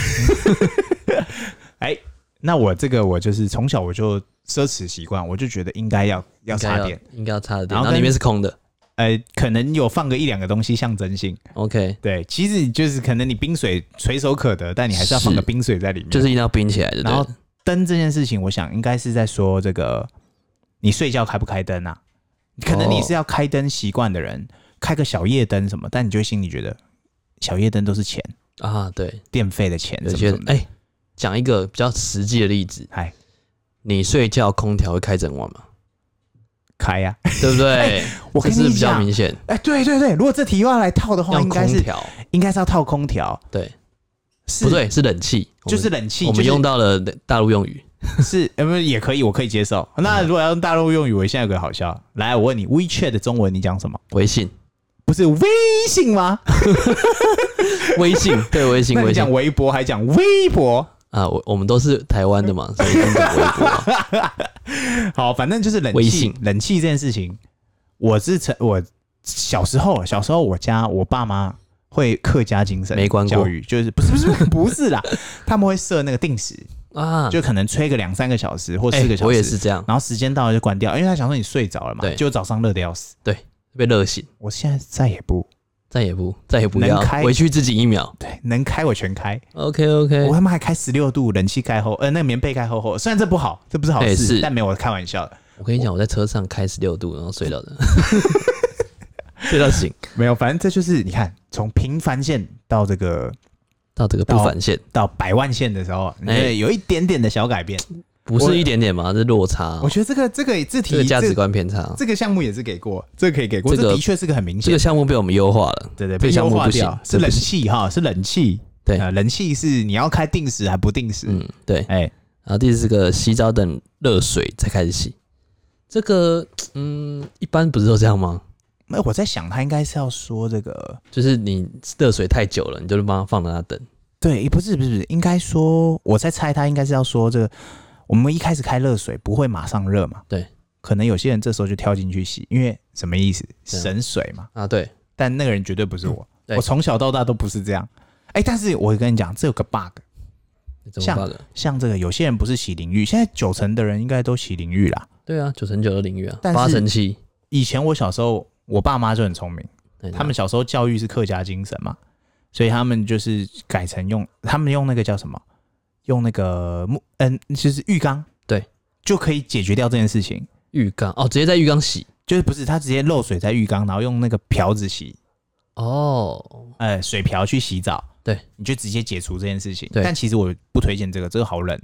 那我这个我就是从小我就奢侈习惯，我就觉得应该要要
应该
插电，
应该要插的电，
然后
然后
跟
里面是空的。
呃，可能有放个一两个东西象征性。
OK，
对，其实就是可能你冰水垂手可得，但你还是要放个
是
冰水在里面。
就是一定要冰起来的。
然后
对
灯这件事情，我想应该是在说这个，你睡觉开不开灯啊？可能你
哦
是要开灯习惯的人，开个小夜灯什么，但你就会心里觉得小夜灯都是钱，
啊，对，
电费的钱
有
什么
些
什么的。
哎，讲一个比较实际的例子，
哎，
你睡觉空调会开整晚吗？
开呀、
对不
<laughs>
对？
哎我
<laughs>
跟
这是
你
比较
讲，
明显，
哎、对对对，如果这题要来套的话，
要
应该
空
是
调，
应该是要套空调，
对，
是
不对？是冷气，我
就
们
是冷气，
我们
就是
用到了大陆用语，
是，呃，不是也可以，我可以接受。
嗯
那如果要用大陆用语，我现在有个好笑，来，我问你，WeChat 的中文你讲什么？
微
<laughs>
信，
不是微信吗？
微信，对，微信，
那你
微信
讲微博还讲微博？
啊，我我们都是台湾的嘛，所以一定讲微博啊。
<laughs> 好，反正就是冷
微
气
信，
冷气这件事情，我是成我小时候，小时候我家我爸妈会客家精神
没关过
教育，就是不是不是不
<laughs>
是啦，他们会设那个定时，
啊，
就可能吹个两三个小时或四
哎
个小时，
我也是这样，
然后时间到了就关掉，因为他想说你睡着了嘛，
对
就早上热的要死。
对，被热醒，
我现在再也不
再也不再也不
能
要
开
委屈自己一秒。
对，能开我全开，
OK OK，
我他妈还开十六度，冷气开厚，呃，那个棉被开厚厚，虽然这不好，这不是好
哎
事，
是
但没有我开玩笑的，
我跟你讲，我在车上开十六度，然后睡到
<laughs>
的，睡到醒，
没有，反正这就是你看，从平凡线到这个
到这个不返现，
到百万线的时候，你
哎
对，有一点点的小改变。
不是一点点嘛，这落差哦、
我觉得这个这个这题
这个价值
这
观偏差哦、
这个项目也是给过，这个可以给过，
这个
这的确是个很明
这
显
个。项目被我们优化了，
对对，
这个
被优
项目
化
不行
掉，是
这不
冷
行
气哈，是冷气。
对
呃冷气是你要开定时还不定时。
嗯，对。
哎，
然后第四个，洗澡等热水再开始洗，这个嗯，一般不是都这样吗？
那我在想，他应该是要说这个
就是你热水太久了，你就是帮它放在那等。
对，不是不是不是，应该说我在猜他应该是要说这个，我们一开始开热水不会马上热嘛？
对，
可能有些人这时候就跳进去洗，因为什么意思？
对啊
省水嘛。
啊，对，
但那个人绝对不是我，
对
我从小到大都不是这样。哎、但是我跟你讲，这有个 bug，
怎么
像
办的？
像这个有些人不是洗淋浴，现在九成的人应该都洗淋浴啦。
对啊，九成九的领域啊，
但是
八成七，哎
以前我小时候，我爸妈就很聪明，
对
他们小时候教育是客家精神嘛，所以他们就是改成用他们用那个叫什么，用那个木嗯，就是浴缸，
对，
就可以解决掉这件事情。
浴缸哦，直接在浴缸洗
就是不是他直接漏水在浴缸，然后用那个瓢子洗，
哦，
呃，水瓢去洗澡，
对，
你就直接解除这件事情。
对
但其实我不推荐这个，这个好冷、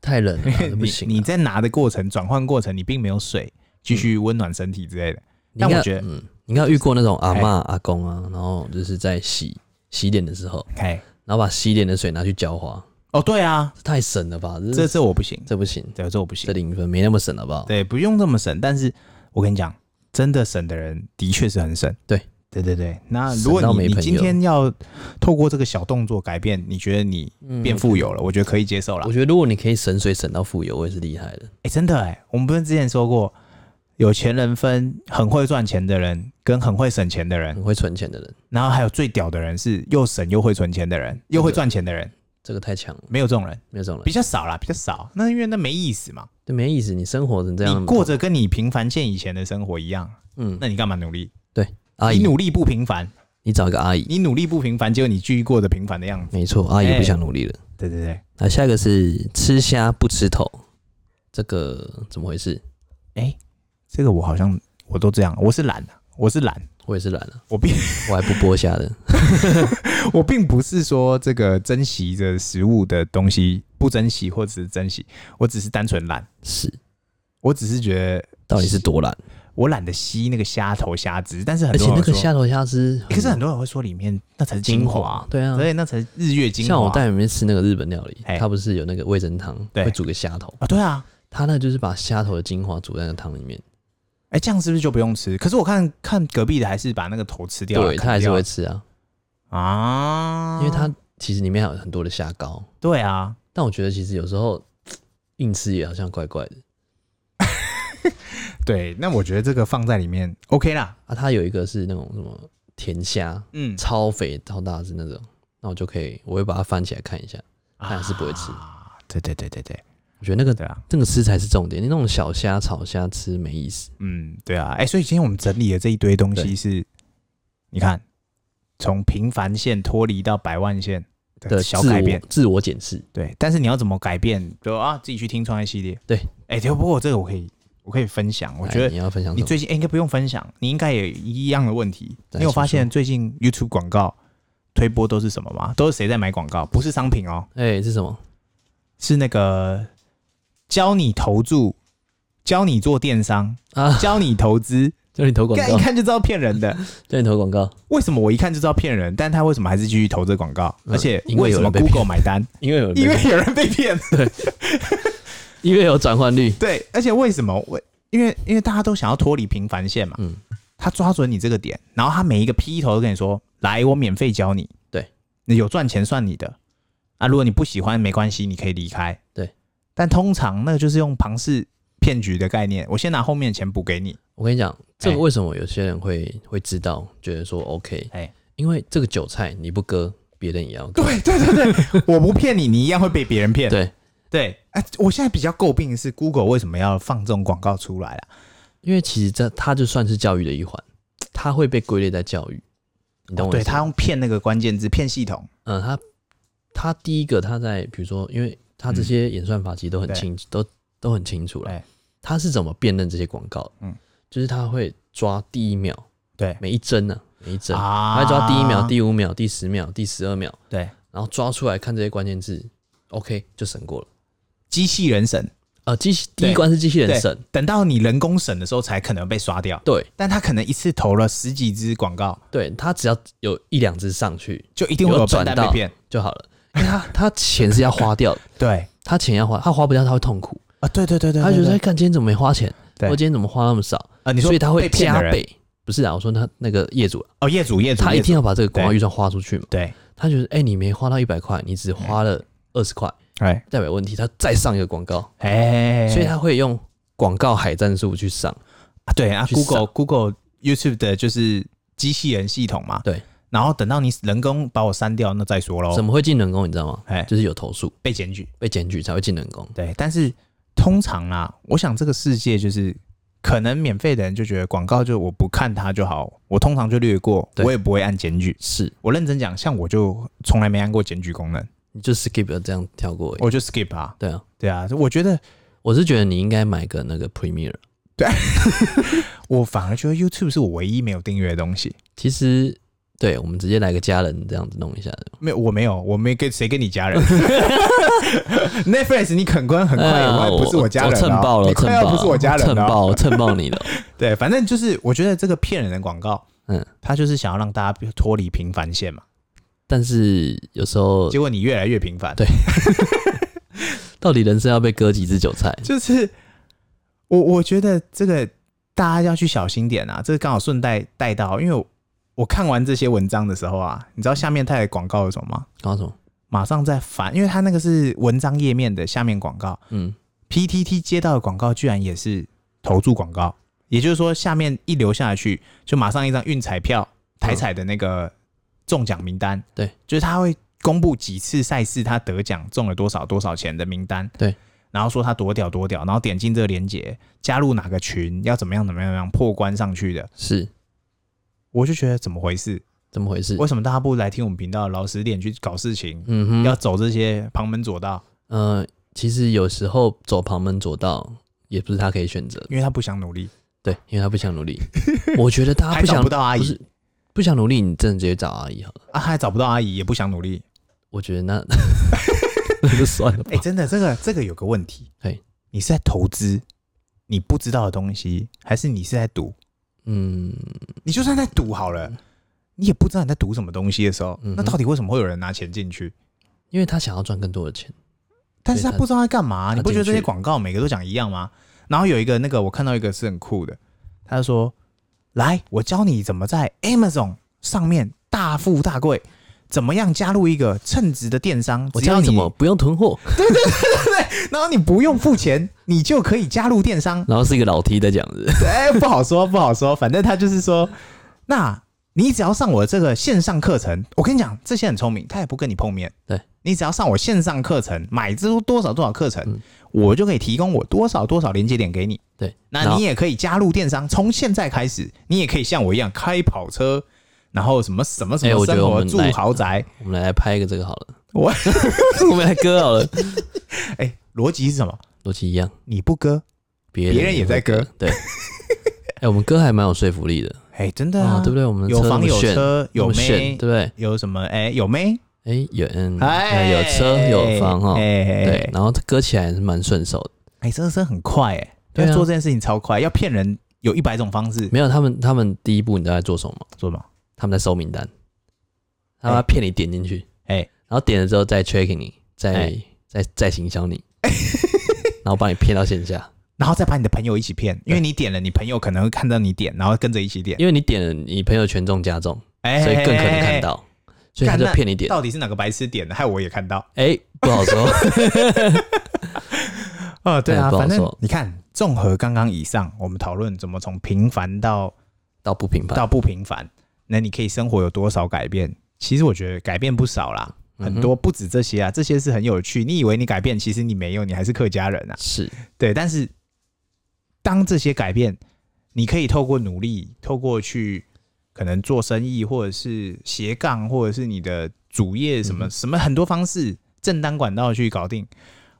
太冷了啦，
因为
这不行啊。嗯
你你在拿的过程、转换过程，你并没有水继续温暖身体之类的。
你应
但
该
我觉得
嗯，你应该有遇过那种阿嬷、阿公啊，然后就是在洗洗脸的时候，
哎，
然后把洗脸的水拿去浇花，
哦，对啊，
这太省了吧？这
这这我不行，
这不行，
这这我不行
嗯这。零分没那么省好不好？
对，不用这么省。但是我跟你讲，真的省的人的确是很省。
对，
对对对。那
省
如果
到没
你你
朋
今
友
天要透过这个小动作改变，你觉得你
嗯
变富有了，我觉得可以接受了
我。觉得如果你可以省水省到富有，我也是厉害的。
哎、真的哎、我们不是之前说过，有钱人分很会赚钱的人跟很会省钱的人，
很会存钱的人，
然后还有最屌的人是又省又会存钱的人，又会赚钱的人，
这个太强了，
没有这种人，
没有这种人
比，较少啦，比较少。那因为那没意思嘛，
对，没意思。你生活成这样，
你过着跟你平凡线以前的生活一样，
嗯，
那你干嘛努力？
阿
你
姨，
努力不平凡，
你找一个阿姨，
你努力不平凡，结果你继续过着平凡的样子。
没错，
哎
阿姨不想努力了。
对对对，
那下一个是吃虾不吃头，这个怎么回事？
这个我好像我都这样，我是懒的、啊我是懒，
我也是懒了，
我并 <laughs>
我还不剥虾的。
我并不是说这个珍惜着食物的东西不珍惜，或者是珍惜，我只是单纯懒，
是，
我只是觉得
到底是多懒？
我懒得吸那个虾头虾汁，但是很
而且
多人
那个
说，
虾头虾汁，
可是很多人会说里面那才是精
精
华
华，，对啊
所。以那才是日月精华。
像我带你们去吃那个日本料理
嘿，
它不是有那个味噌汤，
对
会煮个虾头，
啊，对啊，
它那就是把虾头的精华煮在那个汤里面，
哎、这样是不是就不用吃？可是我看看隔壁的还是把那个头吃掉了，
对，
啃
它还是
掉
会
了
吃啊，
啊，
因为它其实里面还有很多的虾膏，
对啊，
但我觉得其实有时候硬吃也好像怪怪的。
对，那我觉得这个放在里面 OK 啦。
啊，它有一个是那种什么甜虾，
嗯，
超肥超大只那种，那我就可以，我会把它翻起来看一下，但啊还是不会吃。
对对对对对
我觉得那个
对啊，
那个吃才是重点，你那种小虾、炒虾吃没意思。
嗯，对啊，哎、所以今天我们整理的这一堆东西
对
是，你看，从平凡线脱离到百万线的
的
呃小
自
改
我
变，
自我检视，
对，但是你要怎么改变，对啊，自己去听创业系列，
对
哎、对，不过这个我可以，我可以分享，我
来
觉得
哎你要分享
你
什么？
最近、欸、应该不用分享，你应该也一样的问题。
来
你有发
请说
现最近 YouTube 广告推播都是什么吗？都是谁在买广告？不是商品哦，
哎、是什么？
是那个教你投注、教你做电 <laughs> 商、
啊 <laughs>
教你投资，
叫你投广
看一 <laughs>
告，
看就知道骗人的。
叫你投广告，
为什么我一看就知道骗人？但他为什么还是继续投这广告？
嗯
而且
因为
呃为什
有
么
人被
Google 买单？
因为有人被
<laughs> 因为有人被骗。
因为有转换率，
对，而且为什么我？因为因为大家都想要脱离平凡线嘛，
嗯
他抓准你这个点，然后他每一个劈头都跟你说：“来，我免费教你，
对，
你有赚钱算你的啊，如果你不喜欢没关系，你可以离开。”
对，
但通常那个就是用庞氏骗局的概念，我先拿后面的钱补
<laughs>
给你。
我跟你讲，这个
哎
为什么有些人会、会知道，觉得说 OK，哎、
哎
因为这个韭菜你不割，别人也要割，
对啊对对对，我不骗你，你一样会被别人骗。
对，
对，哎、我现在比较诟病的是 Google 为什么要放这种广告出来啦？啊
因为其实这它就算是教育的一环，它会被归类在教育，你懂我意
哦对
思
他
吗？
用骗那个关键字骗系统，
嗯，它它第一个它在比如说，因为它这些演算法其实都很
对
清，都都很清楚了，
哎
它是怎么辨认这些广告？嗯
嗯，
就是它会抓第一秒，
对
每一帧呢、每一帧，它
啊
会抓第一秒、第五秒、第十秒、第十二秒，
对
然后抓出来看这些关键字，OK 就审过了。
机器人审。
呃，机器
对
第一关是机器人
对
审，
等到你人工审的时候才可能被刷掉。
对
但他可能一次投了十几支广告，
对，它只要有一两只上去
就一定会有笨
有转
蛋
到
被骗。
就好了，因
<laughs>
为它它钱是要花掉的，
对
它钱要花，它花不掉它会痛苦，
啊，对对对对，
他觉得
对
哎看今天怎么没花钱，
对
我今天怎么花那么少，
啊，你说
所以他会
被骗
加
的人
倍。不是啊，我说他那个业主啊，
哦，业主业主，
他一
业主
定要把这个广告预算花出去嘛。
对，嗯
他觉得，哎、你没花到一百块，你只花了二十块，
哎
代表问题，他再上一个广告，
哎，
所以他会用广告海战术去上。
啊对啊
去扫
，Google Google YouTube 的就是机器人系统嘛，
对，
然后等到你人工把我删掉，那再说喽
怎，么会进人工？你知道吗？
哦哎，
就是有投诉
被检举。
被检举才会进人工。
对，但是通常啊，我想这个世界就是可能免费的人就觉得广告就我不看它就好，我通常就略过，
对
我也不会按检举。
是，
我认真讲，像我就从来没按过检举功能，
你就 skip 了这样跳过而已。
我就 skip 啊。
对啊，
对啊，我觉得
我是觉得你应该买个那个 Premier。
我反而觉得 YouTube 是我唯一没有订阅的东西。
其实，对我们直接来个家人这样子弄一下的。
没有，我没有，我没跟谁跟你家
<laughs>
人。Netflix，你肯关很快，也快不是我家人
啊哎我蹭
了哦，
爆了，
你
蹭
快要
爆，
不是我家人
蹭
了哦。
爆，蹭爆你了。
<laughs> 对，反正就是我觉得这个骗人的广告，
嗯
嗯，他就是想要让大家脱离平凡线嘛。
但是有时候
结，果你越来越平凡，
对到底人生要被割几只韭菜？
就是我我觉得这个大家要去小心点啊。这个刚好顺带带到，因为我我看完这些文章的时候啊，你知道下面它的广告有什么吗？
搞什么？
马上在翻，因为它那个是文章页面的下面广告
嗯，
，PTT 接到的广告居然也是投注广告，也就是说下面一流下去，就马上一张运彩票台彩的那个中奖名单，
嗯对，
就是他会公布几次赛事他得奖中了多少多少钱的名单，
对，
然后说他多屌多屌，然后点进这个链接，加入哪个群，要怎么样怎么样怎么样破关上去的，
是
我就觉得怎么回事？
怎么回事？
为什么大家不来听我们频道，老实点去搞事情，
嗯
要
哼，
走这些旁门左道？
呃，其实有时候走旁门左道也不是他可以选择的，
因为他不想努力，
对，因为他不想
<laughs>
努力。我觉得大家
还
不
找
想
不到阿
不
姨
是不想努力，你真的直接找阿姨好了。
啊，他还找不到阿姨，也不想努力。
我觉得那 <laughs> 那就算了吧
哎、。真的，这个这个有个问题，
嘿，
你是在投资你不知道的东西，还是你是在赌？
嗯，
你就算在赌好了，你也不知道你在赌什么东西的时候，
嗯哼
那到底为什么会有人拿钱进去？
因为他想要赚更多的钱。
但是他
对他
不知道在干嘛、
他
你不觉得这
进
些
去
广告每个都讲一样吗？然后有一个那个我看到一个是很酷的，他就说：“来，我教你怎么在 Amazon 上面大富大贵，怎么样加入一个称职的电商，
我
只要
教你怎么不用囤货，
然后你不用付钱，你就可以加入电商。
<laughs> 然后是一个老 T 在讲的，
<laughs> 哎，不好说，不好说，反正他就是说，那你只要上我这个线上课程，我跟你讲，这些很聪明，他也不跟你碰面。
对，
你只要上我线上课程，买这多少多少课
嗯
程，我就可以提供我多少多少连接点给你。
对，然
那
后
你也可以加入电商，从现在开始，你也可以像我一样开跑车，然后什么什么什
哎
么
我觉
生
得我
活、
们
住
来
豪宅。
我们来拍一个这个好了，
我
<laughs> 我们来割好了，
哎，逻辑是什么？
逻辑一样，
你不割，
别
别人也
会
在割，
对。 <laughs> 哎，我们割还蛮有说服力的
哎，真的
啊，
啊，
对不对？我们
有
车那
房
么
有
炫
车
那
有
么炫对
妹
不对？
有什么？哎，有妹，
哎，有嗯，
哎，
有车有房哈，
哎，
对，然后割起来还是蛮顺手的。
哎，真的是很快哎，
对啊
要做这件事情超快，要骗人有一百种方式，
没有他们，他们第一步你知道在做什么吗？
做吗？
他们在收名单，他
哎
们要骗你点进去，
哎，
然后点了之后再 tracking 你，再
哎
再再行销你，然后把你骗到线下。
然后再把你的朋友一起骗，因为你点了，你朋友可能会看到你点，然后跟着一起点，
因为你点了，你朋友权重加重，
哎，
所以更可能看。到，所以他
干
就
那
骗你点。
到底是哪个白痴点的，害我也看到。
哎，不好说， <laughs>
哦，对啊，
哎不好
反正
说
你看，综合刚刚以上，我们讨论怎么从平凡到
到不平凡
到，不平凡，那你可以生活有多少改变？其实我觉得改变不少啦，很多不止这些啊，这些是很有趣。你以为你改变，其实你没有，你还是客家人啊。
是
对，但是当这些改变，你可以透过努力，透过去可能做生意，或者是斜杠，或者是你的主业
嗯
什么、什么很多方式，正当管道去搞定，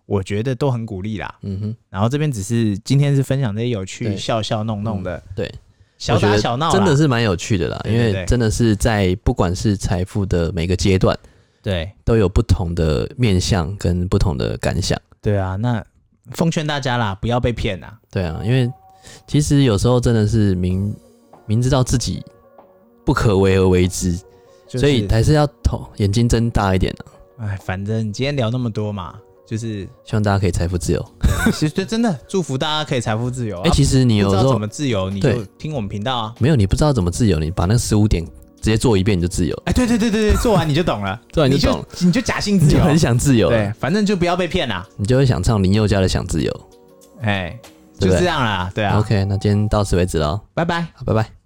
我觉得都很鼓励啦。
嗯哼，
然后这边只是今天是分享这些有趣
对嗯
笑笑弄弄的、
对，
小
我觉
打
得
小闹啦，
真的是蛮有趣的啦，
对
因
对对
为真的是在不管是财富的每个阶段，
对
都有不同的面向跟不同的感想。
对啊。那奉劝大家啦，不要被骗啦。
对啊，因为其实有时候真的是明明知道自己不可为而为之，
就是、
所以还是要头眼睛睁大一点啊。
哎，反正今天聊那么多嘛，就是
希望大家可以财富自由。
其实真的祝福大家可以财富自由啊。
哎、其实你有
不
时
知道
候
怎么自由，你
对
就听我们频道啊。
没有，你不知道怎么自由，你把那十五点直接做一遍你就自由，
哎，对对对对对，做完你就
<laughs>
懂了，
做完
你
就懂了，
就你就假性
你
自
就
由，啊
很想自由
对
了，，
反正就不要被骗啦。
你就会想唱林宥嘉的《想自由
哎，
对
就
不对
这样啦，对》。啊，
OK，那今天到此为止了，
拜拜。
好，拜拜。